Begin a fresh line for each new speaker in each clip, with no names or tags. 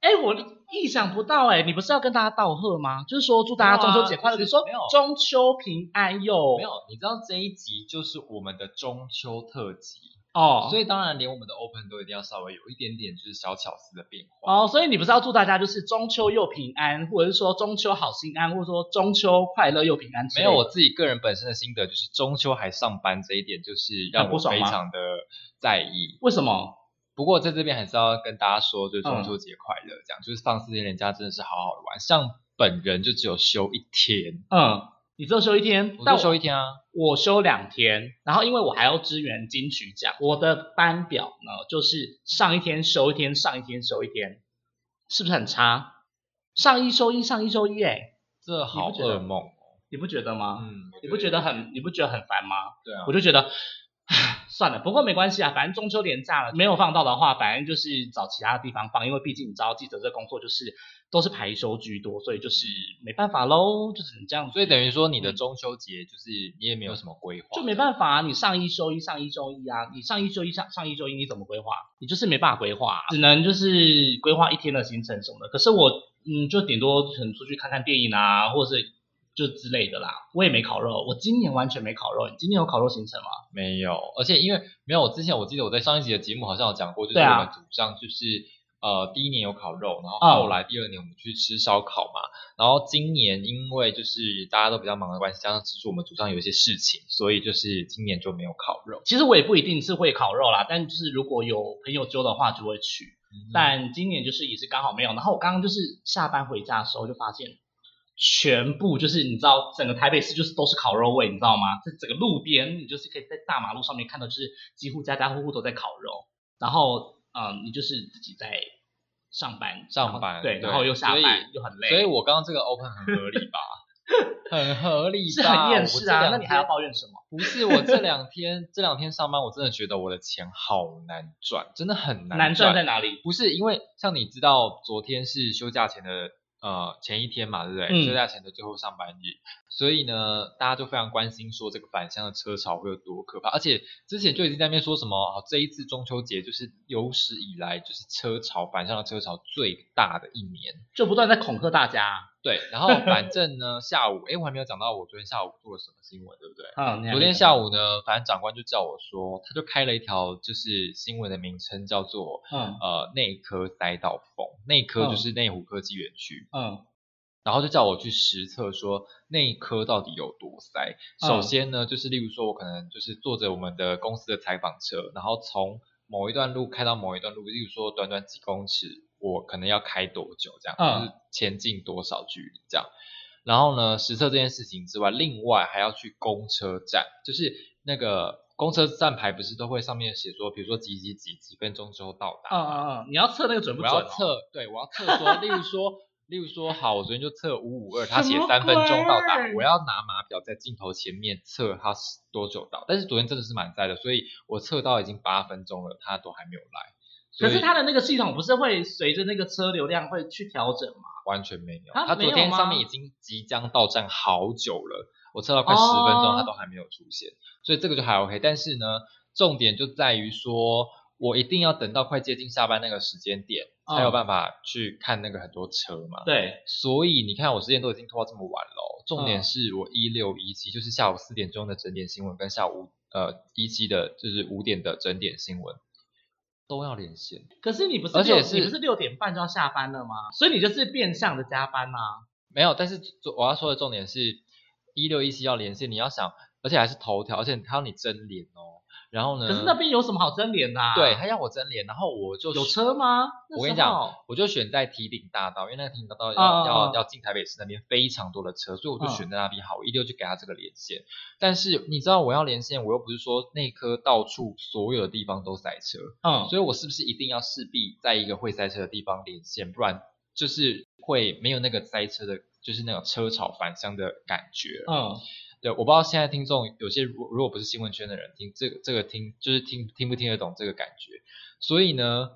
哎、我意想不到哎、你不是要跟大家道贺吗？就是说祝大家中秋节快乐，
没有啊
你说
没有
中秋平安哟。
没有，你知道这一集就是我们的中秋特辑，
哦，
所以当然连我们的 open 都一定要稍微有一点点就是小巧思的变化。
哦，所以你不是要祝大家就是中秋又平安，或者是说中秋好心安，或者说中秋快乐又平安之
没
类的？
有，我自己个人本身的心得就是中秋还上班这一点，就是让
很不
我
爽
非
吗
常的在意。
为什么？
不过在这边还是要跟大家说，就
嗯
是中秋节快乐，这样、就是放四天连假真的是好好的玩。像本人就只有休一天，
嗯，你只有休一天，
我
但
就休一天啊。
我休两天，然后因为我还要支援金曲奖，我的班表呢就是上一天休一天，上一天休一天，是不是很差？上一休一，上一休一，哎，
这好
觉得
噩梦哦。
你不觉得吗？
嗯，
你不觉得很你不觉得很烦吗？
对啊
我？就觉得，唉算了，不过没关系啊，反正中秋连假了，没有放到的话，反正就是找其他地方放，因为毕竟你知道记者这工作就是都是排休居多，所以就是没办法喽，就只能这样子。
所以等于说你的中秋节就是你也没有什么规划，
嗯就没办法啊，你上一休一，上一休一啊，你上一休一上上一休一，你怎么规划？你就是没办法规划啊、只能就是规划一天的行程什么的。可是我，嗯，就顶多可能出去看看电影啊，或者是就之类的啦。我也没烤肉，我今年完全没烤肉。你今年有烤肉行程吗？
没有，而且因为没有，我之前我记得我在上一集的节目好像有讲过，就是
对
我
啊
们组上就是、呃第一年有烤肉，然后
嗯
后来第二年我们去吃烧烤嘛，然后今年因为就是大家都比较忙的关系，加上其实我们组上有一些事情，所以就是今年就没有烤肉。
其实我也不一定是会烤肉啦，但就是如果有朋友揪的话就会去。
嗯
但今年就是也是刚好没有。然后我刚刚就是下班回家的时候就发现，全部就是你知道整个台北市就是都是烤肉味，你知道吗？在整个路边你就是可以在大马路上面看到，就是几乎家家户户都在烤肉。然后嗯，你就是自己在上班，
上班
然后对，
对
然后又下
所以
班又很累，
所以我刚刚这个 open 很合理 吧？很合理吧，
是很厌世啊
我这两。
那你还要
天
抱怨什么？
不是我这两天这两天上班，我真的觉得我的钱好难赚，真的很
难赚在哪里？
不是因为像你知道，昨天是休假前的呃前一天嘛，对不对？
嗯
休假前的最后上班日，所以呢，大家就非常关心说这个返乡的车潮会有多可怕。而且之前就已经在那边说什么，哦、这一次中秋节就是有史以来就是车潮返乡的车潮最大的一年。
就不断在恐吓大家。
对，然后反正呢下午，诶，我还没有讲到我昨天下午做了什么新闻，对不对？
嗯，你还没
昨天下
讲，
午呢，反正长官就叫我说，他就开了一条就是新闻的名称叫做
嗯
呃内科塞到缝，内科
嗯
就是内湖科技园区，
嗯。
然后就叫我去实测说内科到底有多塞。首
嗯
先呢，就是例如说我可能就是坐着我们的公司的采访车，然后从某一段路开到某一段路，例如说短短几公尺，我可能要开多久这样，
嗯
就是前进多少距离这样。然后呢，实测这件事情之外，另外还要去公车站，就是那个公车站牌不是都会上面写说，比如说几几几几分钟之后到达
嗯
吗？
嗯嗯，你要测那个准不
我
准、哦？
要测，对我要测说，例如说，例如说，好，我昨天就测五五二，他写
什么
三分钟到达
鬼，
我要拿码表在镜头前面测他是多久到，但是昨天真的是蛮塞的，所以我测到已经八分钟了，他都还没有来，所
可是
以
它的那个系统不是会随着那个车流量会去调整吗？
完全没有，
啊
他
没
昨
有
天上
吗
面已经即将到站好久了，我测到快十分钟，
哦
他都还没有出现，所以这个就还 OK，但是呢，重点就在于说。我一定要等到快接近下班那个时间点，才有
嗯
办法去看那个很多车嘛。
对，
所以你看，我时间都已经拖到这么晚了哦。重
嗯
点是我一六一七，就是下午四点钟的整点新闻，跟下午呃一七的，就是五点的整点新闻，都要连线。
可是你不是
而且
六
是
你不是六点半就要下班了吗？所以你就是变相的加班啊。
没有，但是昨我要说的重点是，一六一七要连线，你要想，而且还是头条，而且他要你真脸哦。然后呢？
可是那边有什么好争脸的、啊？
对他要我真脸，然后我就
有车吗？
我跟你
那时候
讲，我就选在提顶大道，因为那个提顶大道要、
嗯嗯嗯
要要进台北市那边非常多的车，所以我就选在那边好，一溜就给他这个连线。但是你知道我要连线，我又不是说内科到处所有的地方都塞车，
嗯，
所以我是不是一定要势必在一个会塞车的地方连线，不然就是会没有那个塞车的，就是那种车潮返乡的感觉了。
嗯，
对，我不知道现在听众有些如如果不是新闻圈的人听这个这个听就是听听不听得懂这个感觉，所以呢，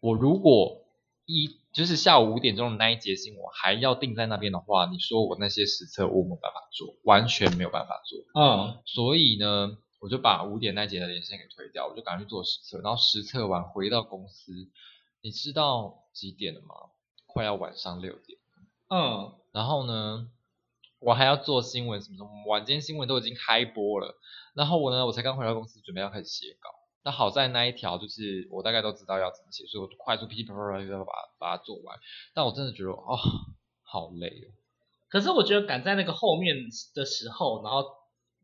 我如果一就是下午五点钟的那一节新闻还要定在那边的话，你说我那些实测我没有办法做，完全没有办法做，
嗯，
所以呢，我就把五点那节的连线给推掉，我就赶快去做实测，然后实测完回到公司，你知道几点了吗？快要晚上六点。
嗯，
然后呢，我还要做新闻什么什么，晚间新闻都已经开播了。然后我呢，我才刚回到公司，准备要开始写稿。那好在那一条就是我大概都知道要怎么写，所以我就快速噼里啪啦啪啦把把它做完。但我真的觉得哦，好累哦。
可是我觉得赶在那个后面的时候，然后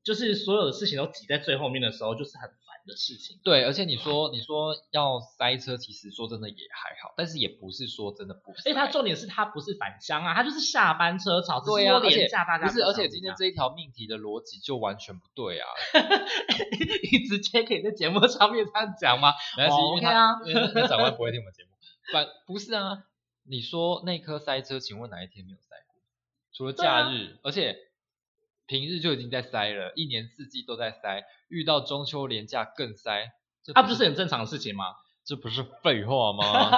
就是所有的事情都挤在最后面的时候，就是很烦的事情。
对，而且你说你说要塞车，其实说真的也还好，但是也不是说真的不塞。
所以他重点是他不是返乡啊，他就是下班车潮，只
对
是
呀、
说
啊，而且
连下大家
不是，
都
而且
想
今天
这哦
这一条命题的逻辑就完全不对啊。
样 你直接可以在节目上面这样讲吗？
没关系，
哦
因为
OK
他、
啊
因为那长官不会听我们节目。反不是啊，你说内科塞车，请问哪一天没有塞过？除了
对啊
假日，而且平日就已经在塞了，一年四季都在塞，遇到中秋连假更塞。这
啊，
不
不
是
是很正常的事情 吗？
这不是废话吗？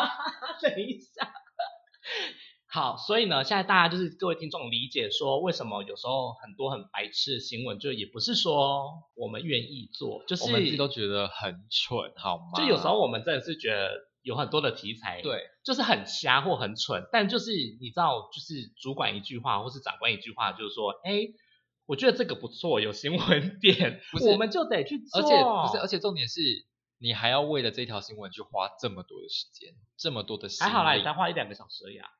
等一下。 好，所以呢，现在大家就是各位听众理解说，为什么有时候很多很白痴的新闻，就也不是说我们愿意做， 就是
我们自己都觉得很蠢，好吗？
就有时候我们真的是觉得有很多的题材，，
对，
就是很瞎或很蠢，但就是你知道，就是主管一句话或是长官一句话，就是说，哎，我觉得这个不错，有新闻 点
不是，
我们就得去
而
做，
且不是，而且重点是你还要为了这条新闻去花这么多的时间，这么多的心
还
力，
好啦，你才花一两个小时而已啊，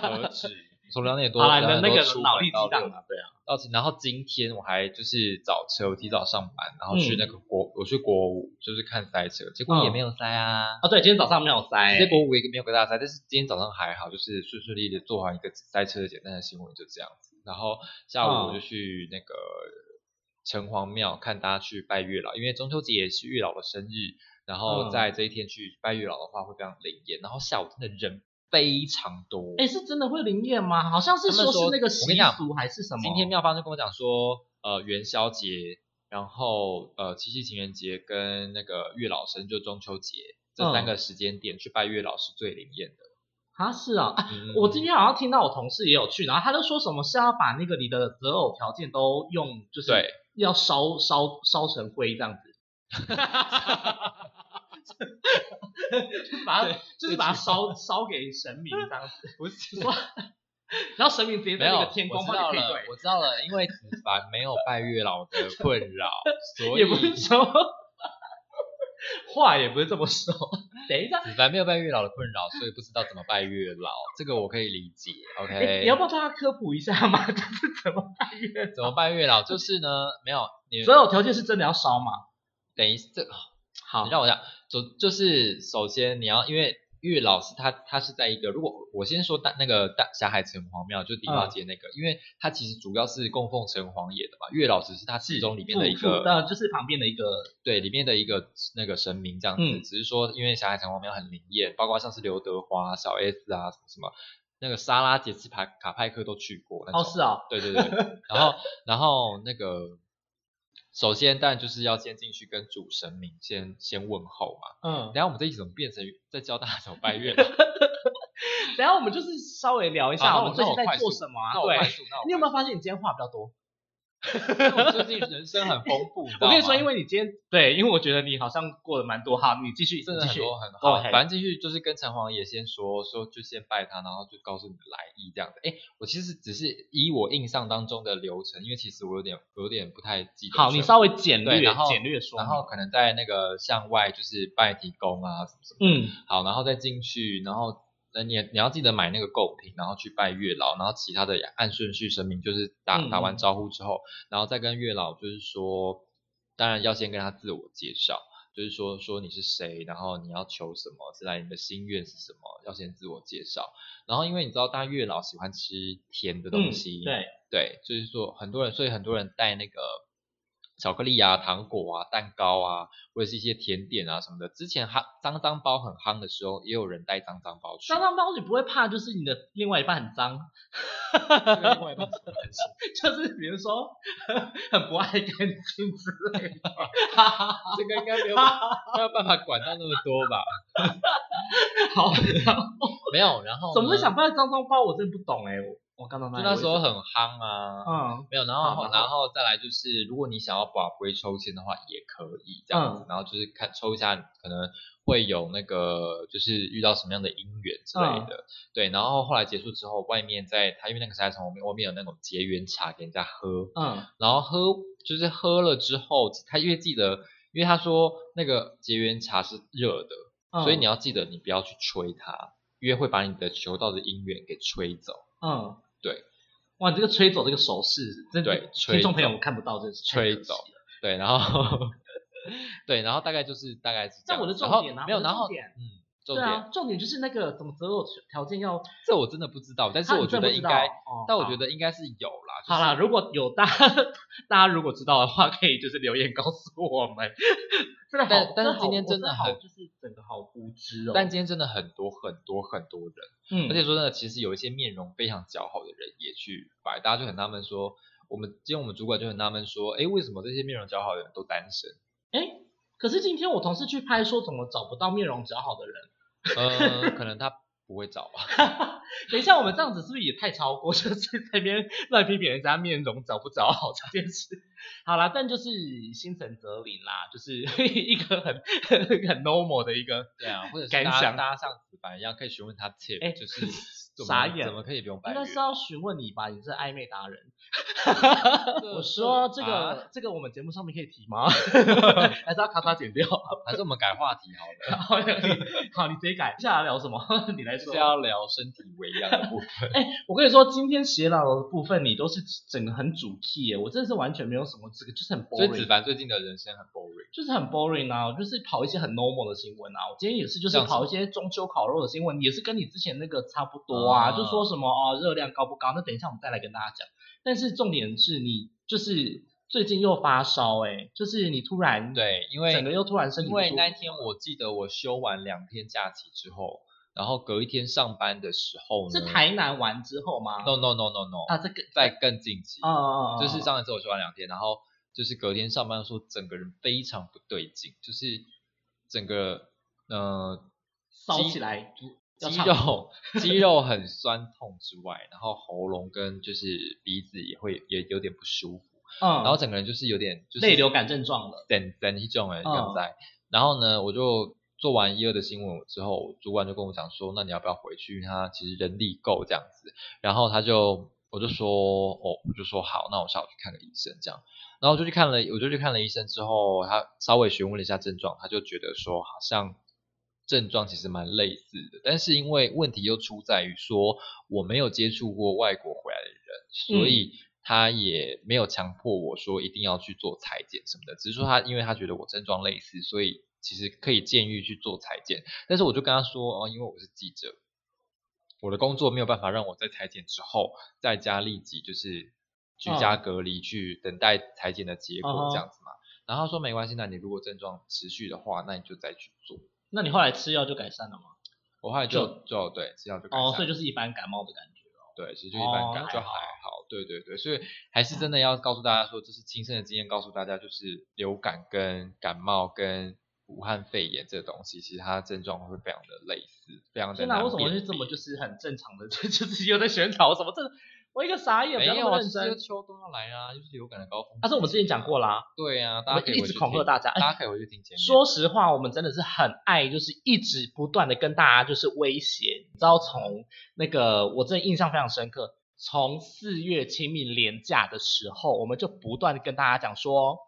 何止？从两点多，
好啦，你
两
的
点多
那个
出门
脑力激
到
荡
六
啊，对啊。
到今然后今天我还就是早车，我提早上班，然后去那个国，我去国五就是看塞车，结果也没有塞啊。
啊，对，今天早上没有塞。
这国五也没有跟大家塞，但是今天早上还好，就是顺顺利利地做完一个塞车的简单的新闻，就这样子。然后下午我就去那个城隍庙看大家去拜月老，因为中秋节也是月老的生日，然后
嗯
在这一天去拜月老的话会非常灵验。然后下午真的人非常多，
哎，是真的会灵验吗？好像是
他们
是
说
那个
我
习
跟你讲
俗还是什么？
今天妙方就跟我讲说，呃，元宵节，然后呃，七夕情人节跟那个月老生就中秋节这三
嗯
个时间点去拜月老是最灵验的。
啊是啊，啊
嗯
我今天好像听到我同事也有去，然后他就说什么是要把那个你的择偶条件都用，就是
对
要烧烧烧成灰这样子。就是把它就是把它烧烧给神明这样子，
不是
然后神明直接
没
在
有
那个天
我
空
知
帮
道
你配
了，
对，
我知道了，因为子凡没有拜月老的困 扰，所以
也不是说 话也不是这么说。等一下，
子凡没有拜月老的困扰，所以不知道怎么拜月老，这个我可以理解。OK，、
哎，你要不要大家科普一下嘛？就是怎么拜月
怎么拜月老？就是呢，没有你
所有条件是真的要烧嘛？
等一这
好
你，让我想，就就是首先你要，因为月老是他，他是在一个，如果我先说大那个大霞海城隍庙，就迪
嗯
化街那个，因为它其实主要是供奉城隍爷的嘛，月老只是它其中里面的一
附附
个，
呃，就是旁边的一个，
对，里面的一个那个神明这样子，
嗯
只是说因为霞海城隍庙很灵验，包括像是刘德华、小 S 啊什么什么，那个莎拉杰斯卡卡派克都去过那种，
哦，是哦，
对对对，然后然后那个。首先，当然就是要先进去跟主神明先先问候嘛，
嗯
等一，下我们这一集怎么变成在教大家怎么拜月老？
等一下我们就是稍微聊一下
好那
我
我
们最近在做什么啊？
那我快
对，
速，那我
你有没有发现你今天话比较多？
快速 因为我最近人生很丰富，
我跟你说，因
为
为你今天对，因为我觉得你好像过得蛮多哈，你继续，
真
你
的
继
很
续，哦
多很好，
OK
反正继续就是跟城隍爷先说说，就先拜他，然后就告诉你的来意这样子。哎，我其实只是以我印象当中的流程，因为其实我有点我有点不太记得全部。
好，你稍微简略
对然后
简略说
然
明，
后可能在那个向外就是拜地公啊什么什么的，
嗯
好，然后再进去，然后呃，你也你要记得买那个贡品，然后去拜月老，然后其他的也按顺序神明就是打
嗯
打完
嗯
招呼之后，然后再跟月老就是说，当然要先跟他自我介绍，就是说说你是谁，然后你要求什么，是来你的心愿是什么，要先自我介绍。然后因为你知道，大月老喜欢吃甜的
嗯
东西，
对，
对，就是说很多人，所以很多人带那个巧克力啊、糖果啊、蛋糕啊，或者是一些甜点啊什么的。之前哈脏脏包很夯的时候，也有人带脏脏包去
脏。脏包你不会怕，就是你的另外一半很 脏，
另外一半是很担心
就是比如说很不爱干净之类的。
这个应该没有 办法没有办法管到那么多吧？
好，
没有，然后
怎么会
呢
想不到脏脏包？我真的不懂哎、我我刚刚
就那时候很夯啊，
嗯
没有，然后
好然后
然后再来就是，如果你想要保龟抽签的话，也可以这
嗯
样子，然后就是看抽一下，可能会有那个就是遇到什么样的姻缘之类的，
嗯
对。然后后来结束之后，外面在他因为那个沙场，我们外面有那种结缘茶给人家喝，
嗯
然后喝就是喝了之后，他因为记得，因为他说那个结缘茶是热的，
嗯，
所以你要记得你不要去吹它，因为会把你的求到的姻缘给吹走。
嗯
对。
哇，你这个吹走这个手势，真的
对吹
听众朋友
走
我看不到，真是太
吹
可惜
走
了。
对，然后 对，然后大概就是大概是这
那
样。
我的
然
重
后
点啊
没有，
我的
然
重
后
点
嗯，重
对
点、
啊，重点就是那个怎么择偶条件要，
这我真的不知道，但是
啊
我
你
觉
真的
得
不
应
知道
该，
哦
但我
好
觉得应该是有啦。就是
好啦，，如果有大大家 如果知道的话，可以就是留言告诉我们。 真的
但
好，
但是
好
今天
我
真的
好
很
就是整个好无知哦。
但今天真的很多很多很多人，
嗯，
而且说真的，其实有一些面容非常姣好的人也去摆，大家就很纳闷说，我们今天我们主管就很纳闷说，哎，为什么这些面容姣好的人都单身？
哎，可是今天我同事去拍，说怎么找不到面容较好的人？
呃，可能他不会找吧。
等一下，我们这样子是不是也太超过？就是在那边乱批评人家面容找不着好这件事。好啦，但就是心诚则灵啦，就是一个很很 normal 的一个。
对啊，或者 是
感
大家
想
大家像子凡一样，可以询问他 tip，、
哎
就是怎
傻
么
眼
怎么可以不用拜
应
月
该是要询问你吧，你是暧昧达人。
这
我说这
啊
个这个我们节目上面可以提 吗？还是要咔嚓剪掉？
还是我们改话题好了，
好，你 好你直接改。接下来聊什么？ 你来
就
说
是。要聊身体微恙的部分。
我跟你说，今天写稿的部分你都是整个很主 key 耶，我真的是完全没有什么这个，就是很
所 以子
boring，
凡最近的人生很 boring，
就是很 boring 啊，我就是跑一些很 normal 的新闻啊。我今天也是就是
像什么
跑一些中秋烤肉的新闻，也是跟你之前那个差不多啊，
啊
就说什么哦热量高不高？那等一下我们再来跟大家讲。但是重点是你就是最近又发烧哎，就是你突然
对，因
整个
为
又突然身体
因
不
为
舒服
那一天我记得我休完两天假期之后，然后隔一天上班的时候呢，
是台南完之后吗？
no no no no no，、
啊这个
在更近期，
啊
就是上一次我休完两天，然后就是隔天上班的时候，整个人非常不对劲，就是整个呃
烧
肌
起来要
肌
唱
肉肌肉很酸痛之外，然后喉咙跟就是鼻子也会也有点不舒服，然
嗯，
后整个人就是有点就是
内流感症状了，
等等一种欸人
嗯
在。然后呢，我就做完一二的新闻之后，主管就跟我讲说，那你要不要回去？因为他其实人力够这样子。然后他就我就说哦，我就说好，那我下午去看个医生这样。然后我就去看了，我就去看了医生之后，他稍微询问了一下症状，他就觉得说好像症状其实蛮类似的，但是因为问题又出在于说我没有接触过外国回来的人，所以他也没有强迫我说一定要去做裁剪什么的，只是说他因为他觉得我症状类似，所以其实可以建议去做裁剪，但是我就跟他说哦，因为我是记者。我的工作没有办法让我在裁剪之后在家立即就是居家隔离去等待裁剪的结
嗯
果
哼
这样子嘛。然后他说没关系，那你如果症状持续的话，那你就再去做。
那你后来吃药就改善了吗？
我后来就就对吃药就改善了，
哦，所以就是一般感冒的感觉咯。
对，其实就一般感
哦
就
还
还好。对对对，所以还
嗯
是真的要告诉大家说，这是亲身的经验，告诉大家就是流感跟感冒跟武汉肺炎这东西，其实它的症状会非常的类似，非常的
天
难
哪，
辨
为
别。
什么是这么就是很正常的， 就是又在宣传我什么这，我一个傻眼，不
没
要那
有
么
啊，
认
就是
真。啊
秋冬要来啦，就是流感的高峰。
但是我们之前讲过啦，
对啊，
我
大家
们
可以
一
回
直
去
恐吓
听
大家。
大
哎
家可以回去听前面。
说实话，我们真的是很爱，就是一直不断的跟大家就是威胁，你知道从那个我真的印象非常深刻，从四月清明连假的时候，我们就不断的跟大家讲说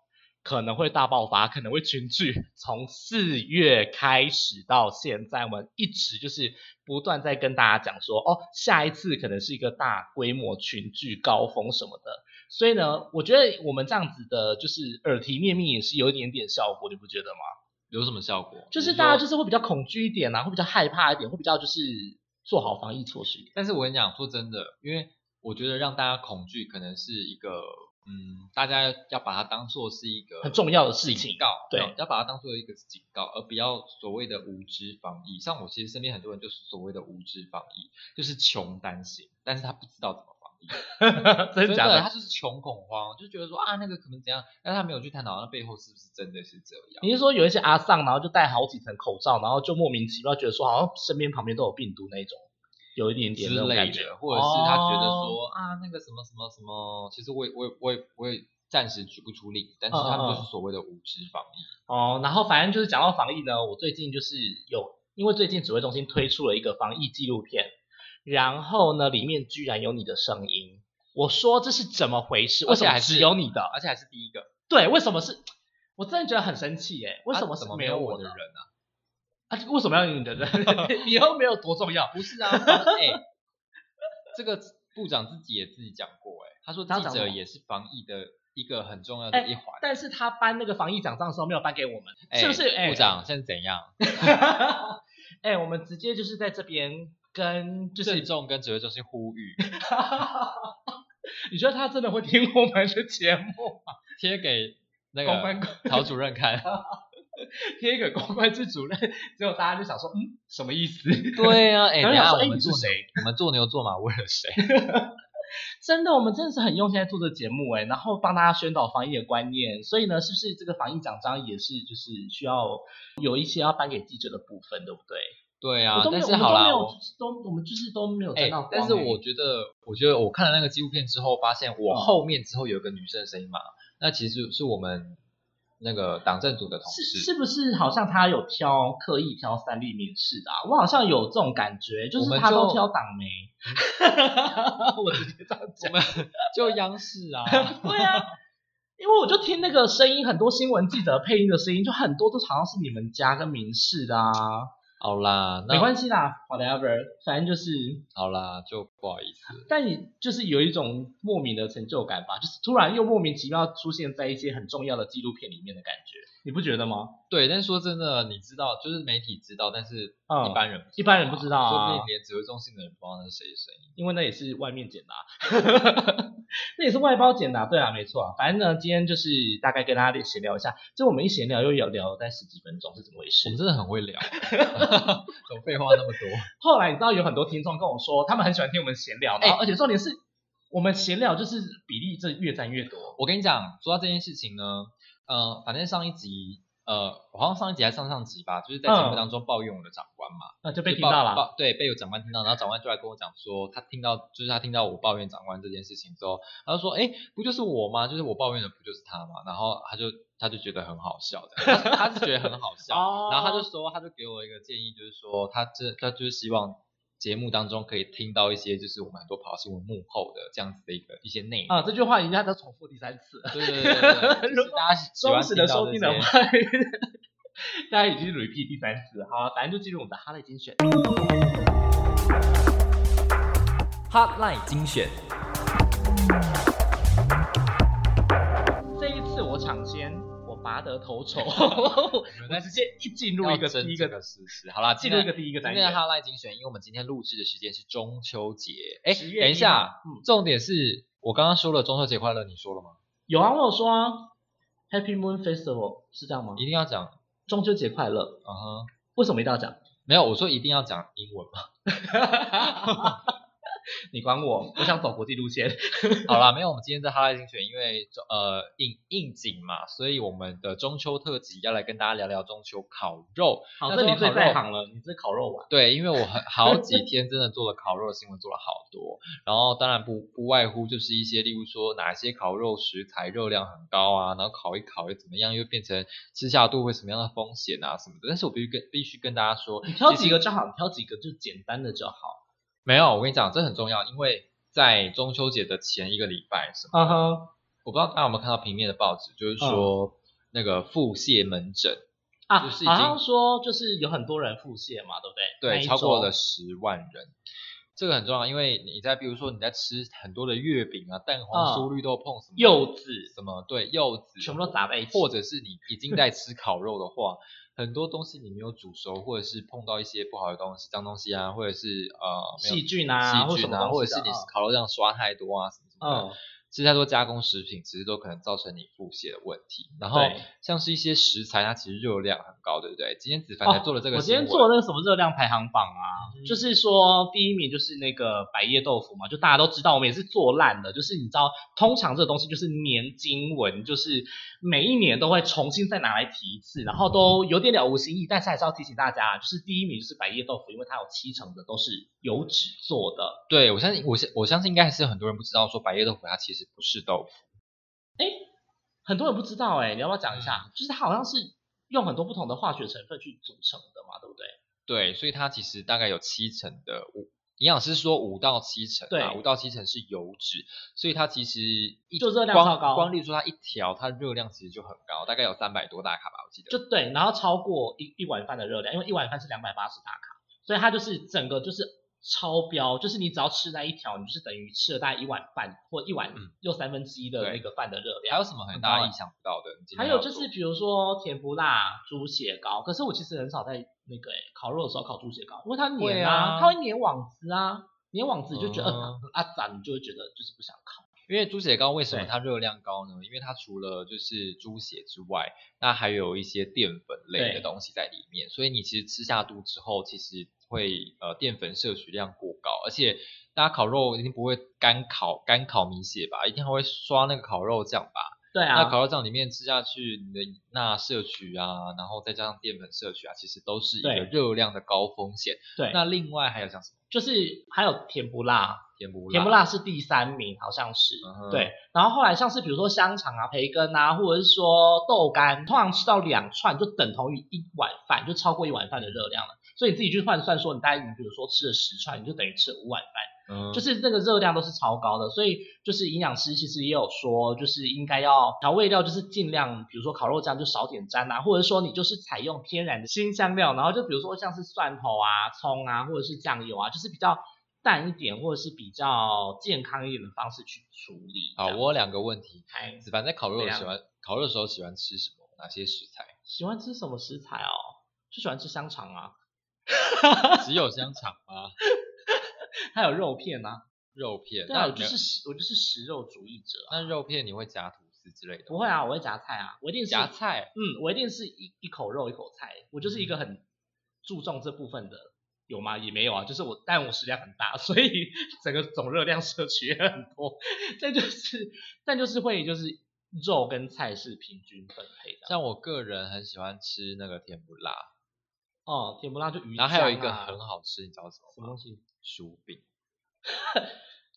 可能会大爆发，可能会群聚。从四月开始到现在，我们一直就是不断在跟大家讲说，哦，下一次可能是一个大规模群聚高峰什么的。所以呢，我觉得我们这样子的，就是耳提面命也是有一点点效果，你不觉得吗？
有什么效果？
就是
你
大家
说
就是会比较恐惧一点啊，会比较害怕一点，会比较就是做好防疫措施一点。
但是我跟你讲，说真的，因为我觉得让大家恐惧可能是一个嗯，大家要把它当做是一个
很重要的事情
警告，
对
没有要把它当做一个警告，而不要所谓的无知防疫。像我其实身边很多人就是所谓的无知防疫，就是穷担心，但是他不知道怎么防 疫。
真的
真
假
的，
的
他？就是穷恐慌，就觉得说啊那个可能怎样，但他没有去探讨那背后是不是真的是这样。
你是说有一些阿丧，然后就戴好几层口罩，然后就莫名其妙觉得说好像身边旁边都有病毒那一种，有一点点
之
那种
类
感觉
的，，或者是他觉得
哦
说、啊，那个什么什么什么，其实我也我也我也我也暂时举不出例子，但是他们
嗯
就是所谓的无知防疫。
哦，然后反正就是讲到防疫呢，我最近就是有，因为最近指挥中心推出了一个防疫纪录片，然后呢，里面居然有你的声音，我说这是怎么回事？为
而
什
且
么
还是
只有你的？
而且还是第一个，
对，为什么是？我真的觉得很生气耶，为什
啊
么是
怎么
没
有
我
的人 啊？
啊，为什么要有你的 人？你又没有多重要。
不 是啊，哎、这个部长自己也自己讲过、哎，他说
他
记
讲什
者
么
也是防疫的一个很重要
哎
的一环。
但是他颁那个防疫奖章的时候没有颁给我们，
哎
是不是？哎、
部长现在怎样？
哎、我们直接就是在这边跟 就
就是
是，
重跟指挥中心呼吁，
你觉得他真的会听我们的节目吗？
贴给 那
公关
个曹主任 看。
贴一个公关室主任，之后大家就想说，嗯，什么意思？
对啊，哎、等
然
一
后想
下
说，哎、
我
你
们
是
做
谁？
我们做牛做马为了谁？
真的，我们真的是很用心在做这个节目哎，然后帮大家宣导防疫的观念，所以呢，是不是这个防疫奖章也是就是需要有一些要颁给记者的部分，对不对？
对
我
啊
都，没
但
有，
是好
我
啦，我
都没有，都我们就是都没有
哎、
沾到光哎、嗯
但是我觉得，我觉得我看了那个纪录片之后，发现我后面之后有一个女生的声音嘛，那其实是我们那个党政组的同
是
事，
是不是好像他有挑刻意挑三立民视的、啊？我好像有这种感觉，就
我
是
们
他都
就
挑党媒。我直接这样讲。
就央视啊，
对啊，因为我就听那个声音，很多新闻记者配音的声音，就很多都好像是你们家跟民视的啊。
好啦，那
没关系啦，whatever，反正就是，
好啦，就不好意思，
但你就是有一种莫名的成就感吧，就是突然又莫名其妙出现在一些很重要的纪录片里面的感觉，你不觉得吗？
对，但是说真的，你知道，就是媒体知道，但是
嗯
一般人不知道啊
一般人不知道啊
说不定连指挥中心的人不知道那是谁的声音。
因为那也是外面捡的、啊， 那也是外包捡的、啊，对啊，没错啊。反正呢，今天就是大概跟大家闲聊一下，就我们一闲聊又聊聊了在十几分钟是怎么回事
我。们真的很会 聊，怎么废话那么多？
后来你知道有很多听众跟我说，他们很喜欢听我们闲聊，然
哎
后而且重点是我们闲聊就是比例这越占越多。
我跟你讲，说到这件事情呢，呃，反正上一集，呃，我好像上一集还是上上集吧，就是在节目当中抱怨我的长官嘛，
那嗯就被
就
听
抱
到了，
抱对，被我长官听到，然后长官就来跟我讲说，他听到就是他听到我抱怨长官这件事情之后，他就说，哎，不就是我吗？就是我抱怨的不就是他吗？然后他就他就觉得很好笑的，他他是觉得很好笑，
哦
然后他就说，他就给我一个建议，就是说他这他就是希望。节目当中可以听到一些，就是我们很多跑新闻幕后的这样子的一个一些内容。
啊、这句话人家都重复第三 次了，
对对对对对，就
如
是
果
大家喜欢
忠实的
到
收
这
听
些
的话， 大家已经 repeat 第三次了。好了，反正就进入我们的哈雷精选。
Hotline 精选，
这一次我抢先，我拔得 头筹，
们
我直接一进入一个
要争
第一
这
个
个事实。好啦，
进
今
入
天
一个第一个单
今
元
天的。哈赖精选，因为我们今天录制的时间是中秋节。哎，
10月
等一下
1号嗯，
重点是我刚刚说了中秋节快乐，你说了吗？
有啊，我有说啊，Happy Moon Festival 是这样吗
一？定要讲，
中秋节快乐，
嗯哼，
为什么一定要讲？
没有，我说一定要讲英文嘛。
你管我，我想走国际路线。
好啦，没有，我们今天在哈赖精选，因为呃应应景嘛，所以我们的中秋特辑要来跟大家聊聊中秋烤肉。
好，
那
这
中
你
秋
最
烤
在
肉
行了，你是烤肉王。
对，因为我很好几天真的做了烤肉的新闻，做了好多，然后当然不不外乎就是一些，例如说哪些烤肉食材热量很高啊，然后烤一烤又怎么样，又变成吃下肚会什么样的风险啊什么的。但是我必须跟必须跟大家说，
你挑
其
几
实
个就好，你挑几个就简单的就好。
没有，我跟你讲，这很重要，因为在中秋节的前一个礼拜，什么、
啊哈
我不知道大家有没有看到平面的报纸，就是说、那个腹泻门诊，
啊，
就是已经
好像说就是有很多人腹泻嘛，对不对？那
对，
一
超过
周
了十万人。这个很重要，因为你在比如说你在吃很多的月饼啊、蛋黄酥、绿豆碰什么
嗯柚子
什么，对，柚子
全部都砸在一起，
或者是你已经在吃烤肉的话，很多东西你没有煮熟，或者是碰到一些不好的东西、脏东西啊，或者是呃没有
细菌啊，
细
什
菌
么
啊，
东
或者
西
是
的
你
啊
烤肉酱刷太多啊什么什么的，
嗯
吃太多加工食品，其实都可能造成你腹泻的问题。然后
对
像是一些食材，它其实热量很高，对不对？今天子凡
哦
才做了这个
我
新
今
闻、
天做那个什么热量排行榜啊，
嗯
就是说第一名就是那个百叶豆腐嘛，就大家都知道，我们也是做烂的。就是你知道，通常这个东西就是年经文，就是每一年都会重新再拿来提一次，然后都有点了无新意，但是还是要提醒大家，啊就是第一名就是百叶豆腐，因为它有七成的都是油脂做的。
对我相信，我相我相信应该还是有很多人不知道，说白叶豆腐它其实不是豆腐。
很多人不知道哎、你要不要讲一下？
嗯
就是它好像是用很多不同的化学成分去组成的嘛，对不对？
对，所以它其实大概有七成的五，营养师说五到七成啊，
对
五到七成是油脂，所以它其实一
就热量超
光
高
光例如说它一条，它热量其实就很高，大概有三百多大卡吧，我记得。
就对，然后超过一一碗饭的热量，因为一碗饭是两百八十大卡，所以它就是整个就是超标，就是你只要吃那一条，你就是等于吃了大概一碗饭或一碗
嗯
又三分之一的
对
那个饭的热
还
量。
有什么很
很
大
高
家
欸
意想不到的？你今
还
天
有
要
就
做
是比如说甜不辣、猪血糕，可是我其实很少在那个、欸、烤肉的时候烤猪血糕，因为它
会
黏
啊
它会黏网子啊，黏网子你就觉得、
嗯
呃很阿杂，你就会觉得就是不想烤。
因为猪血糕为什么
对
它热量高呢？因为它除了就是猪血之外，那还有一些淀粉类的
对
东西在里面，所以你其实吃下肚之后，其实会呃淀粉摄取量过高，而且大家烤肉一定不会干烤干烤米血吧，一定还会刷那个烤肉酱吧？
对啊，
那烤肉酱里面吃下去，你的钠摄取啊，然后再加上淀粉摄取啊，其实都是一个
对
热量的高风险。
对
那另外还有像什么
就是还有甜不辣，
甜不辣？
甜不辣是第三名，好像是、
嗯哼
对。然后后来像是比如说香肠啊、培根啊，或者是说豆干，通常吃到两串就等同于一碗饭，就超过一碗饭的热量了。所以你自己去换算说，你大概你比如说吃了十串，你就等于吃了五碗饭，
嗯，
就是那个热量都是超高的。所以就是营养师其实也有说，就是应该要调味料就是尽量，比如说烤肉酱就少点沾啊，或者说你就是采用天然的新香料，然后就比如说像是蒜头啊、葱啊，或者是酱油啊，就是比较淡一点或者是比较健康一点的方式去处理。
好，
这样
我有两个问题。
哎
子凡在烤肉
怎样
喜欢烤肉的时候喜欢吃什么？哪些食 材？
喜欢吃什么食材哦？就喜欢吃香肠啊，
只有香肠吗？
还有肉片啊。
肉片？
对啊，
那
我
没
就
有
是食我就是食肉主义者啊。
那肉片你会夹吐司之类的？
不会，啊，我会夹菜啊，我一定是
夹菜。
嗯，我一定是一一口肉一口菜，我就是
嗯
一个很注重这部分的，有吗？也没有啊，就是我，但我食量很大， 所以整个总热量摄取也很多，但就是但就是会就是肉跟菜是平均分配的。
像我个人很喜欢吃那个甜不辣，
哦，甜不辣就鱼、
然
啊，
后还有一个很好吃，你知道什
什
么吗
么东？西？
薯饼，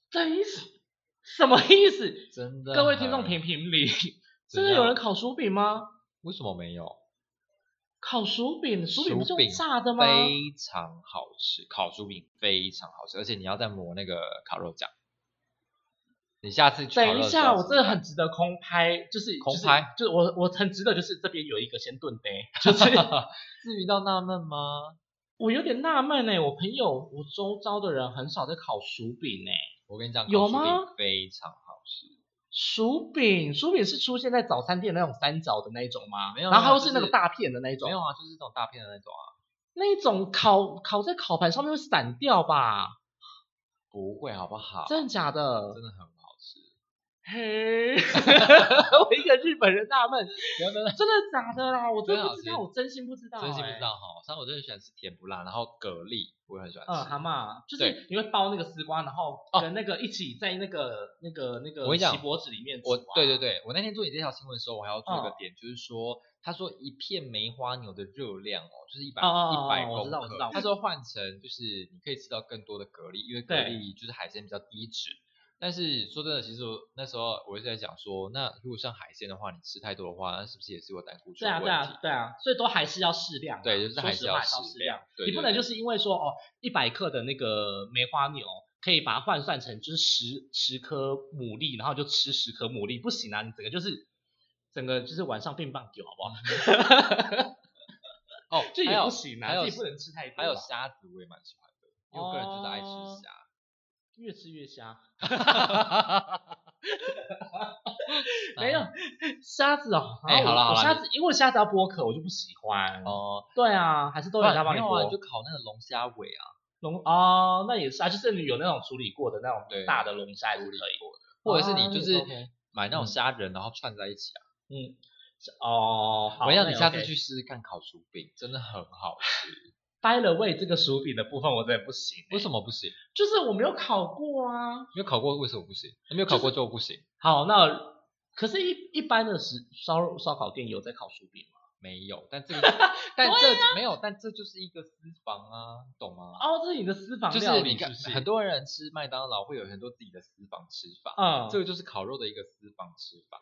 等意思什么意思？
真的很。
各位听众评评理，
怎
真
样
的有人烤薯饼吗？
为什么没有？
烤薯饼，薯饼不是
薯饼
用炸的吗？
非常好吃，烤薯饼非常好吃，而且你要再抹那个烤肉酱。你下次去烤
等
肉
一
的时
下，
候
我
试
真的
试
很
看
值得空拍，就是
空拍，
就是、就是我我很值得，就是这边有一个先炖杯，就是
至于到纳闷吗？
我有点纳闷哎，我朋友我周遭的人很少在烤薯饼哎，
我跟你讲，
有
烤薯饼
吗
非常好吃。
薯饼薯饼是出现在早餐店那种三角的那一种吗？
没有
然后它
没有
又是那
就
个
是
大片的那一种，
没有啊，就是这种大片的那种啊，
那一种烤烤在烤盘上面会散掉吧？
不会好不好？
真的假的？
真的很好吃。
嘿， 我一个日本人纳闷，
不要真的，
真的假的啦？我真的不知
真的好
道，
吃
我真心不知道、哎欸
真心不知。道哈。像我真的喜欢吃甜不辣，然后蛤蜊我也很喜欢
嗯，
吃。
蛤蟆就
对
是你会包那个丝瓜，然后
哦
跟那个一起在那个、那个那个
我跟你讲
锡箔纸里面煮、啊。
我对对对，我那天做你这条新闻的时候，我还要做一个
嗯
点，就是说，他说一片梅花牛的热量哦，就是一百
哦哦哦
一百
我
公
知道我知
克
道，
他说换成就是你可以吃到更多的蛤蜊，因为蛤
对
蜊就是海鲜比较低脂。但是说真的，其实我那时候我是在想说，那如果像海鲜的话，你吃太多的话，那是不是也是有胆固醇
对啊
的
对
问题？
啊对啊，所以都还是要适量啊、
对就是
说
还是
实话
要
还是
适
适
量对
你
对
不能
对
就是因为说哦，一百克的那个梅花牛可以把它换算成就是十十颗牡蛎，然后就吃十颗牡蛎，不行啊，你整个就是整个就是晚上变棒 球，好不好？
哦，
这
还
也
有
不行
还
啊，
有
自己不能吃太多啊。
还有虾子我也蛮喜欢的，因为我个人就是爱
哦
吃虾。
越吃越瞎，
啊
没有虾子哦。
哎
啊
好了
我
好了
我虾子因为虾子要剥壳，我就不喜欢。
哦，
对啊，还是都
不
有
然
人家帮
没有
剥。
啊，你就烤那个龙虾尾啊，
龙哦，那也是啊，就是有那种处理过的那种
对
大的龙虾也是哦
处
可
理
以。
过的。或者是
啊
你就
那也
是
OK
买那种
嗯
虾仁，然后串在一起啊。
嗯，哦，好，
我
那
要
也
你下次
OK
去试试看烤薯饼，真的很好吃。
By the way，这个薯饼的部分我真的不行、
为
么？
什么不行？
就是我没有烤过啊。
没有烤过为什么不行？没有烤过就不行？
好，那可是一一般的食烧肉烧烤店有在烤薯饼吗？
没有，但这 个但这、没有，但这就是一个私房啊，懂吗？
啊哦，这是你的私房
就是
料
你
理
看，
是不是
很多人吃麦当劳会有很多自己的私房吃法，
嗯，
这个就是烤肉的一个私房吃法。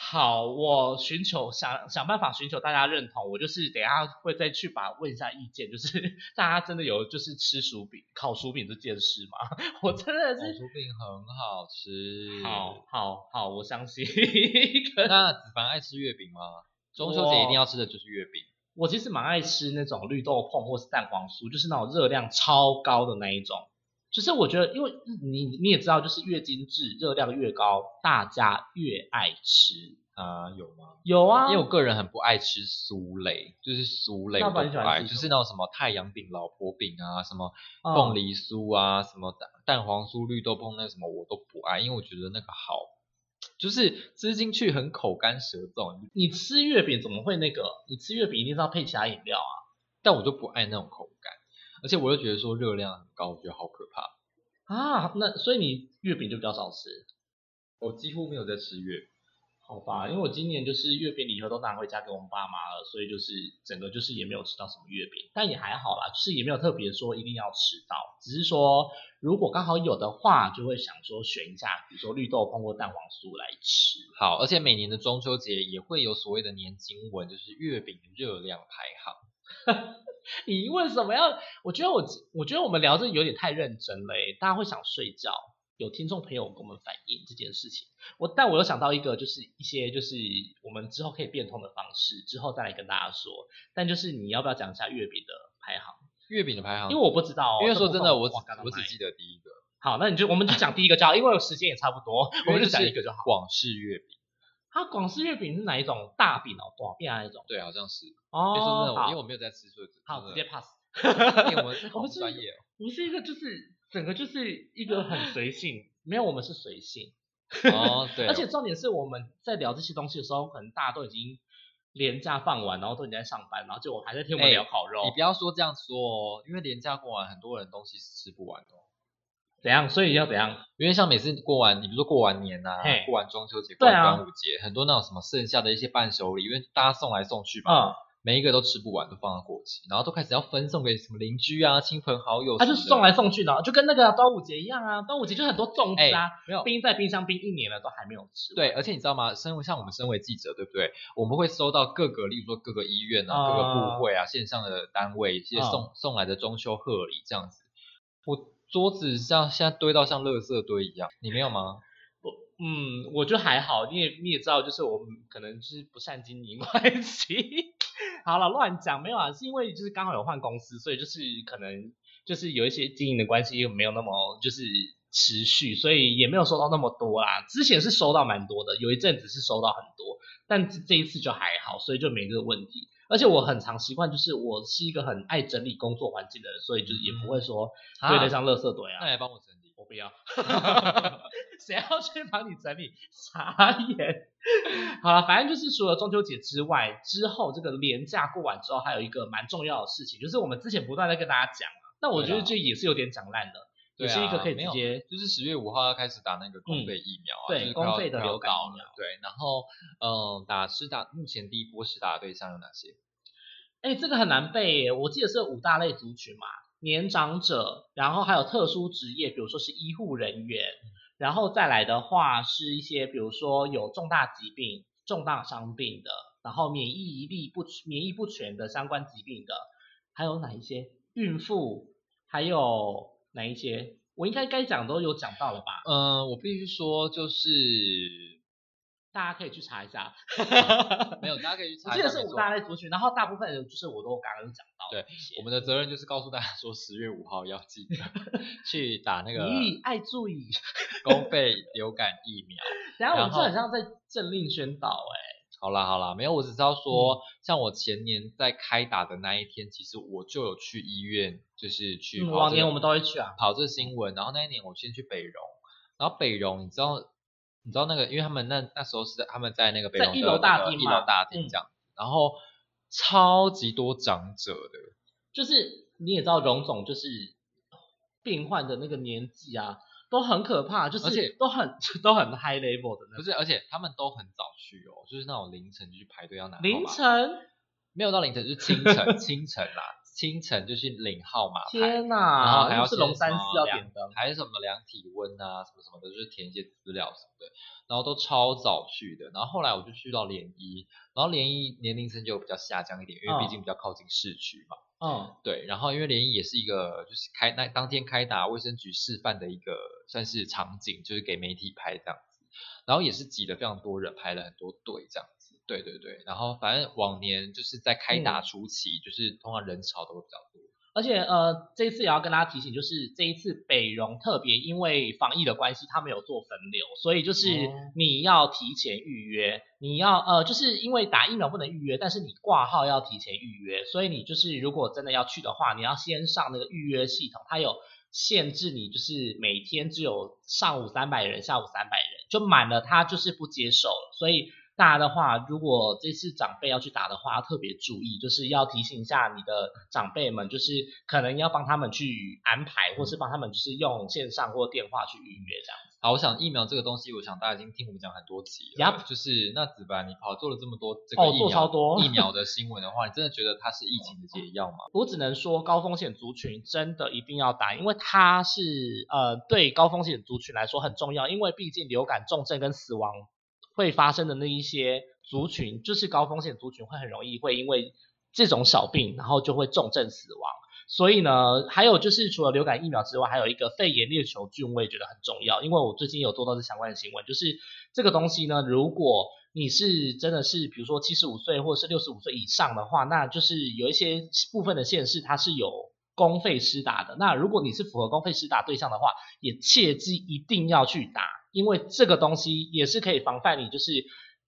好，我寻求想想办法寻求大家认同，我就是等一下会再去把问一下意见，就是 大家真的有就是吃薯饼烤薯饼这件事吗？ 我真的
烤
是
薯饼很好吃。
好，好好，我相信。
那子凡爱吃月饼吗？中秋节一定要吃的就是月饼。
我其实蛮爱吃那种绿豆椪或是蛋黄酥，就是那种热量超高的那一种。就是我觉得，因为你你也知道，就是越精致，热量越高，大家越爱吃。
啊、有吗？
有啊，
因为我个人很不爱吃酥类，就是酥类
那
我
不然
都
你喜
不
欢
爱，
吃什么
就是那种什么太阳饼、老婆饼啊，什么
嗯
凤梨酥啊，什么蛋蛋黄酥、绿豆椪那个什么我都不爱，因为我觉得那个好，就是吃进去很口干舌燥，
你吃月饼怎么会那个？你吃月饼一定是要配其他饮料啊。
但我就不爱那种口感，而且我又觉得说热量很高，我觉得好可怕。
啊，那所以你月饼就比较少吃，
我几乎没有在吃月饼，
好吧？因为我今年就是月饼礼盒都拿回家给我们爸妈了，所以就是整个就是也没有吃到什么月饼，但也还好啦，就是也没有特别说一定要吃到，只是说如果刚好有的话，就会想说选一下，比如说绿豆椪或蛋黄酥来吃。
好，而且每年的中秋节也会有所谓的年经文，就是月饼的热量排行。
你为什么要？我觉得我我觉得我们聊这有点太认真了、欸，大家会想睡觉。有听众朋友跟我们反映这件事情，我但我又想到一个，就是一些就是我们之后可以变通的方式，之后再来跟大家说。但就是你要不要讲一下月饼的排行？
月饼的排行，
因为我不知道哦、
因为
这
说
部
真
分
的，我只
忘刚刚
我只
买
记得第一个，
好，那你就我们就讲第一个就好，因为时间也差不多，我们就讲一个就好。
广式月饼，
它广式月饼是哪一种大饼哦，薄饼啊那种？
对，好像是。
哦，
因为说真的，我因为
好，
我没有在吃，所以真的
好 直接 pass。
因为我们是
我
好
们是
专业哦。
我们是一个就是整个就是一个很随性，没有我们是随性，
哦，对，
而且重点是我们在聊这些东西的时候，可能大家都已经廉价放完，然后都已经在上班，然后就我还在听我们
哎
聊烤肉，
你不要说这样说哦，因为连假过完，很多人东西是吃不完的哦。
怎样？所以要怎样？
因为像每次过完，你比如说过完年呐、
嘿
过完中秋节、过
对
完
啊
端午节，很多那种什么剩下的一些伴手礼，因为大家送来送去嘛，
嗯，
每一个都吃不完，都放到过期，然后都开始要分送给什么邻居啊、亲朋好友什么的。
他、就送来送去的，就跟那个端午节一样啊，端午节就很多粽
哎、
子啊，
没有
冰在冰箱冰一年了都还没有吃。
对，，而且你知道吗？身为像我们身为记者，对不对？我们会收到各个，例如说各个医院啊、各个部会啊、线上的单位一
啊
些送、送来的中秋贺礼这样子。我桌子像现在堆到像垃圾堆一样，你没有吗？
嗯，我觉得还好，你也你也知道，就是我们可能就是不善经营关系。 好了，乱讲没有啊，是因为就是刚好有换公司，所以就是可能就是有一些经营的关系又没有那么就是持续，所以也没有收到那么多啦。之前是收到蛮多的，有一阵子是收到很多，但这这一次就还好，所以就没这个问题。而且我很常习惯，就是我是一个很爱整理工作环境的人，所以就是也不会说堆得
啊
像垃圾堆啊
那。来帮我整理。
我不要， 谁要去帮你整理？傻眼。好了，反正就是除了中秋节之外，之后这个年假过完之后，还有一个蛮重要的事情，就是我们之前不断在跟大家讲嘛，但我觉
对
得
啊
这也是有点讲烂了，
对
也
啊
是一个可以
没
直
有
接
就是十月五号要开始打那个公费疫苗啊，
嗯对
就是快要
公费的
快要
流感
到
疫苗
了，对。然后，嗯，打施打目前第一波施打的对象有哪些？
哎、这个很难背耶，我记得是有五大类族群嘛，年长者，然后还有特殊职业，比如说是医护人员，然后再来的话是一些比如说有重大疾病、重大伤病的，然后免疫力不免疫不全的相关疾病的，还有哪一些？孕妇，还有哪一些？我应该该讲都有讲到了吧？
嗯，我必须说，就是
大家可以去查一下，
没有，大家可以去
我
查一
记
下。
得是
没
五
错
大类族群，然后大部分人就是我都刚刚有讲到
对
的一些，
我们的责任就是告诉大家说，十月五号要 记得去打那个
咦，爱注意。
公费流感疫苗。
然后我
然
们这很
后
像在政令宣导哎、
好啦好啦，没有，我只知道说，
嗯
像我前年在开打的那一天，其实我就有去医院，就是去
嗯
跑
往
这
年
个
我们都会去啊
跑这新闻。然后那一年我先去北荣，然后北荣你知道你知道那个，因为他们那那时候是在他们在那个北
在
龙
一
的
楼
那
大
个
厅
一
嘛
楼大厅
嗯
这样，然后超级多长者的，
就是你也知道，荣总就是病患的那个年纪啊，都很可怕，就是
而且
都很 都很 high level 的那
不
种。
是，而且他们都很早去哦，就是那种凌晨就去排队要拿号码
凌晨，
没有到凌晨，就是清 晨清晨啦，清晨就去领号码牌，
天哪、
然后还
那
要
是
先
龙山
什
寺
么
要
量
点灯，
还是什么量体温啊，什么什么的，就是填一些资料什么的，然后都超早去的。然后后来我就去到联谊，然后联谊年龄层就比较下降一点，因为毕
嗯
竟比较靠近市区嘛。
嗯，
对，然后因为联谊也是一个就是开那当天开打卫生局示范的一个算是场景，就是给媒体拍这样子，然后也是挤了非常多人，排了很多队这样子。对对对，然后反正往年就是在
嗯
开打初期，就是通常人潮都会比较多。
而且呃，这一次也要跟大家提醒，就是这一次北荣特别因为防疫的关系，他们有做分流，所以就是
哦
你要提前预约，你要呃，就是因为打疫苗不能预约，但是你挂号要提前预约，所以你就是如果真的要去的话，你要先上那个预约系统，它有限制你，就是每天只有上午三百人，下午三百人，就满了它就是不接受了，所以。大家的话，如果这次长辈要去打的话，要特别注意，就是要提醒一下你的长辈们，就是可能要帮他们去安排，或是帮他们就是用线上或电话去预约这样子。
好，我想疫苗这个东西，我想大家已经听我们讲很多集了。
Yup
就是那子凡，你跑做了这么多这个
哦
疫
做
苗、
超多嗯
疫苗的新闻的话，你真的觉得它是疫情的解药 吗？
我只能说，高风险族群真的一定要打，因为它是呃对高风险族群来说很重要，因为毕竟流感重症跟死亡会发生的那一些族群，就是高风险族群会很容易会因为这种小病，然后就会重症死亡。所以呢，还有就是除了流感疫苗之外，还有一个肺炎链球菌，我也觉得很重要，因为我最近有做到这相关的新闻，就是这个东西呢，如果你是真的是比如说七十五岁或者是六十五岁以上的话，那就是有一些部分的县市它是有公费施打的，那如果你是符合公费施打对象的话，也切记一定要去打，因为这个东西也是可以防范你就是。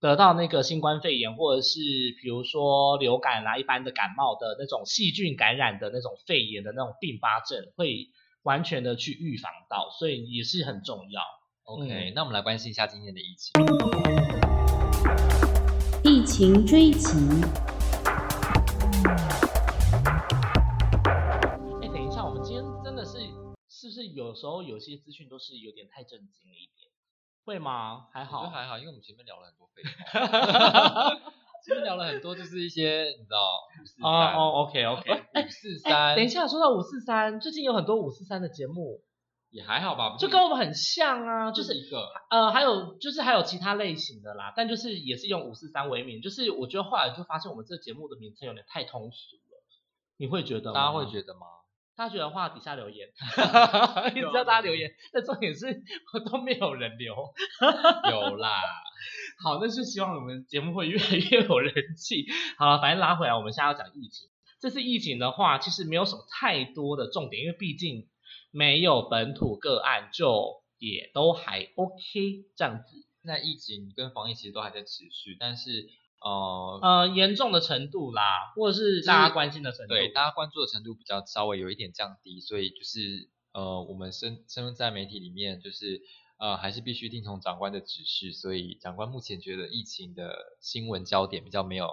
得到那个新冠肺炎，或者是比如说流感啊啦、一般的感冒的那种细菌感染的那种肺炎的那种并发症，会完全的去预防到，所以也是很重要。
OK，、
嗯
那我们来关心一下今天的疫情。
疫情追击，
哎，等一下，我们今天真的是是不是有时候有些资讯都是有点太震惊了一点？会吗？还
我觉
好，
得还好，因为我们前面聊了很多废话， 前面聊了很多就是一些你知道五四
哦
三
哦，OK OK。
五
哎
四三，
等一下，说到五四三，最近有很多五四三的节目，
也还好吧，
就跟我们很像啊，
就
就是是
一个
呃，还有就是还有其他类型的啦，但就是也是用五四三为名，就是我觉得后来就发现我们这节目的名称有点太通俗了，你会觉得吗？
大家会觉得吗？
大家觉得的话，底下留 言，你知道大家留言，但重点是我都没有人留。
有啦，
好，那就希望我们节目会越来越有人气。好了，反正拉回来，我们现在要讲疫情。这次疫情的话，其实没有什么太多的重点，因为毕竟没有本土个案，就也都还 OK 这样子。
那疫情跟防疫其实都还在持续，但是呃，
呃，严重的程度啦，或者是大家关心的程度，
对大家关注的程度比较稍微有一点降低，所以就是呃，我们身身在媒体里面就是。呃，还是必须听从长官的指示，所以长官目前觉得疫情的新闻焦点比较没有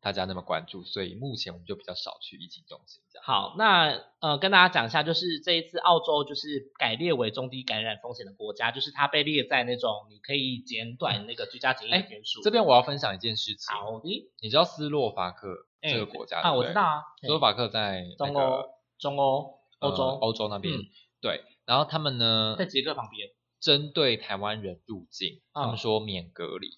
大家那么关注，所以目前我们就比较少去疫情中心这样。
好，那呃，跟大家讲一下，就是这一次澳洲就是改列为中低感染风险的国家，就是它被列在那种你可以减短那个居家检疫的
哎
天数。
这边我要分享一件事情，
好的
你知道斯洛伐克
哎
这个国家、
啊，
对不
我
对
知道啊，
斯洛伐克在、那个、
中欧、中欧、
呃
欧洲、
欧洲那边、
嗯
对，然后他们呢
在捷克旁边。
针对台湾人入境，他们
嗯
说免隔离，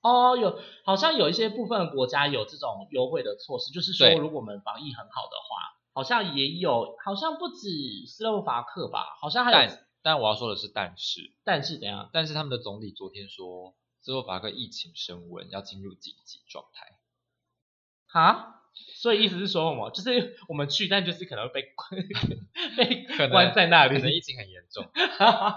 哦，有好像有一些部分国家有这种优惠的措施，就是
对
说如果我们防疫很好的话，好像也有，好像不止斯洛伐克吧，好像还有，
但但我要说的是，但是
但是怎样？
但是他们的总理昨天说，斯洛伐克疫情升温，要进入紧急状态。
哈？所以意思是说什么？就是我们去，但就是可能会被 被
可能
关在那
可能
里。
疫情很严重，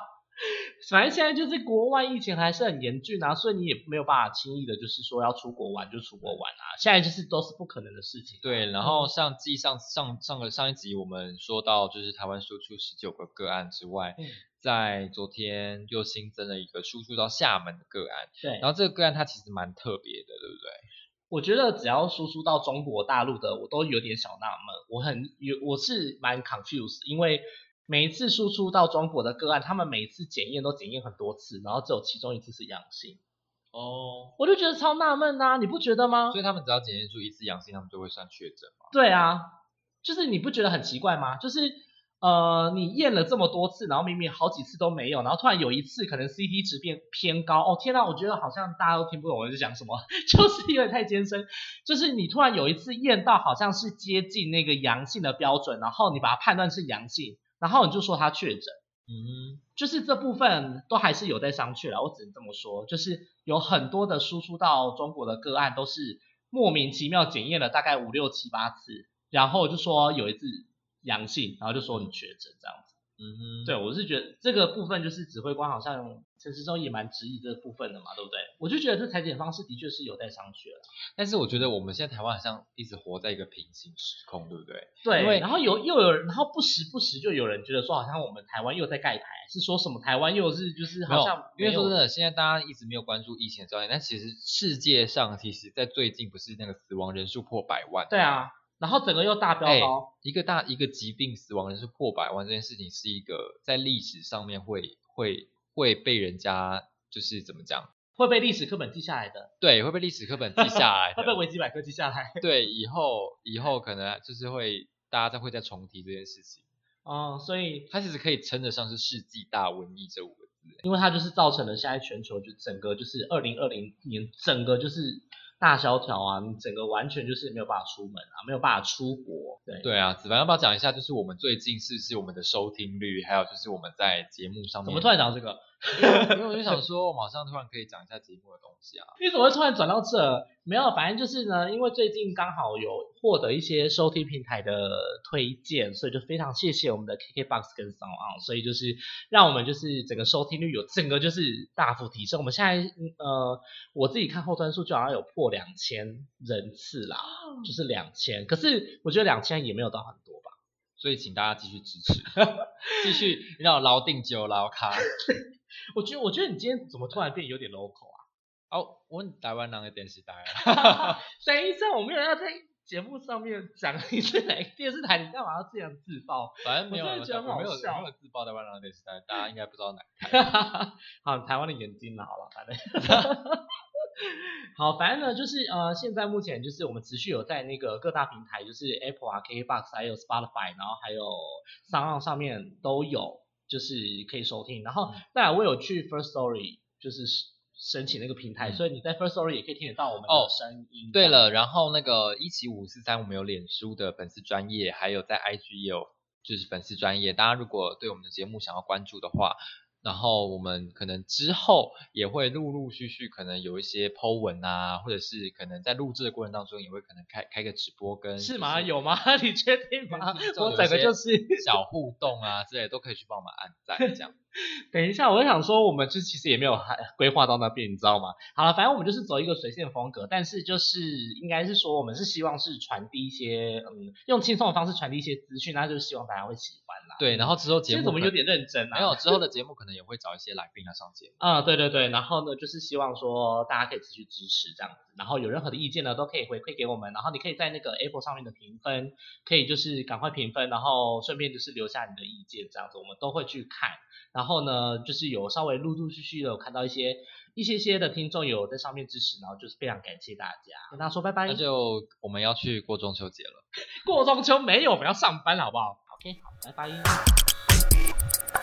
反正现在就是国外疫情还是很严峻啊，所以你也没有办法轻易的，就是说要出国玩就出国玩啊。现在就是都是不可能的事情。啊
对。然后像继上上上个上一集我们说到，就是台湾输出十九个个案之外，
嗯
在昨天又新增了一个输出到厦门的个案，
对，
然后这个个案它其实蛮特别的，对不对？
我觉得只要输出到中国大陆的，我都有点小纳闷，我很有我是蛮 confused，因为每一次输出到中国的个案，他们每一次检验都检验很多次，然后只有其中一次是阳性，
哦，
我就觉得超纳闷啊，你不觉得吗
所？以他们只要检验出一次阳性，他们就会算确诊嘛？
对啊，就是你不觉得很奇怪吗？就是呃，你验了这么多次，然后明明好几次都没有，然后突然有一次可能 CT 值变偏高，哦天呐，我觉得好像大家都听不懂我在讲什么， 就是有点太艰深。就是你突然有一次验到好像是接近那个阳性的标准，然后你把它判断是阳性，然后你就说它确诊。
嗯，
就是这部分都还是有待商榷了，我只能这么说，就是有很多的输出到中国的个案都是莫名其妙检验了大概五六七八次，然后就说有一次阳性，然后就说你确诊这样子。
嗯哼，
对，我是觉得这个部分就是指挥官好像陈时中也蛮质疑这部分的嘛，对不对？我就觉得这裁剪方式的确是有待商榷了。
但是我觉得我们现在台湾好像一直活在一个平行时空，对不对？因
对，
为
然后有又有人，然后不时不时就有人觉得说好像我们台湾又在盖牌，是说什么台湾又是就是
没
好
有
像，
因为
没有
说真的，现在大家一直没有关注疫情的焦点，但其实世界上其实在最近不是那个死亡人数破百万，
对啊，然后整个又大飙
哎
高。
一个大一个疾病死亡人数破百万这件事情，是一个在历史上面会会会被人家就是怎么讲，
会被历史课本记下来的，对，
对，会被历史课本记下来
会被
的，
维基百科记下来。
对，以后以后可能就是会大家再会再重提这件事情，
哦、所以
它其实可以称得上是世纪大瘟疫这五个字。
因为它就是造成了现在全球就整个就是二零二零年整个就是大萧条啊，你整个完全就是没有办法出门啊，没有办法出国。对
对啊，子凡要不要讲一下？就是我们最近是不是我们的收听率，还有就是我们在节目上面，
怎么突然讲这个？
因为我就想说，我马上突然可以讲一下节目的东西啊。
你怎么会突然转到这？没有，啊反正就是呢，因为最近刚好有获得一些收听平台的推荐，所以就非常谢谢我们的 KKBOX 跟 s o n On，所以就是让我们就是整个收听率有整个就是大幅提升。我们现在嗯呃，我自己看后端数据好像有破两千人次啦，就是两千，可是我觉得两千也没有到很多吧。
所以请大家继续支持， 继续让我捞定酒捞卡。
我觉得我觉得你今天怎么突然变有点 local 啊？
哦，我们台湾人的电视台啊，
等一下，我没有要在节目上面讲你是哪个电视台，你干嘛要这样自爆？
反正没有人
我真的觉得很
我
好
没有
笑
我没有自爆台湾人的电视台，大家应该不知道哪个。
好，台湾的眼睛啦，好了，反正。 好，反正呢，就是呃，现在目前就是我们持续有在那个各大平台，就是 Apple 啊、KBox 还有 Spotify，然后还有 s o u n 上面都有，就是可以收听。然
嗯
后再来，我有去 First Story，就是申请那个平台，
嗯
所以你在 First Story 也可以听得到我们
哦
的声音。
对，了，然后那个一七五四三，我们有脸书的粉丝专业，还有在 IG 也有就是粉丝专业。大家如果对我们的节目想要关注的话，然后我们可能之后也会陆陆续续可能有一些 Po 文啊，或者是可能在录制的过程当中也会可能开开个直播跟
是
就
吗？有吗？ 你确定吗
跟听？众
我
有
整个
些
就是
小互动啊之类的都可以去帮我们按赞 这样。
等一下，我想说，我们就其实也没有还规划到那边，你知道吗？好了，反正我们就是走一个随性风格，但是就是应该是说，我们是希望是传递一些，嗯，用轻松的方式传递一些资讯，那就是希望大家会喜欢啦。
对，然后之后
其
节
实
目
我们
可
有点认真啊。
没有之后的节目可能也会找一些来宾来上 节目。
啊、对对对，然后呢，就是希望说大家可以持续支持这样子，然后有任何的意见呢，都可以回馈给我们，然后你可以在那个 Apple 上面的评分，可以就是赶快评分，然后顺便就是留下你的意见这样子，我们都会去看。然后呢，就是有稍微陆陆续续的有看到一些一些些的听众有在上面支持，然后就是非常感谢大家，跟大家说拜拜
那。就我们要去过中秋节了。
过中秋没有，我们要上班了好不好？OK，好，拜拜。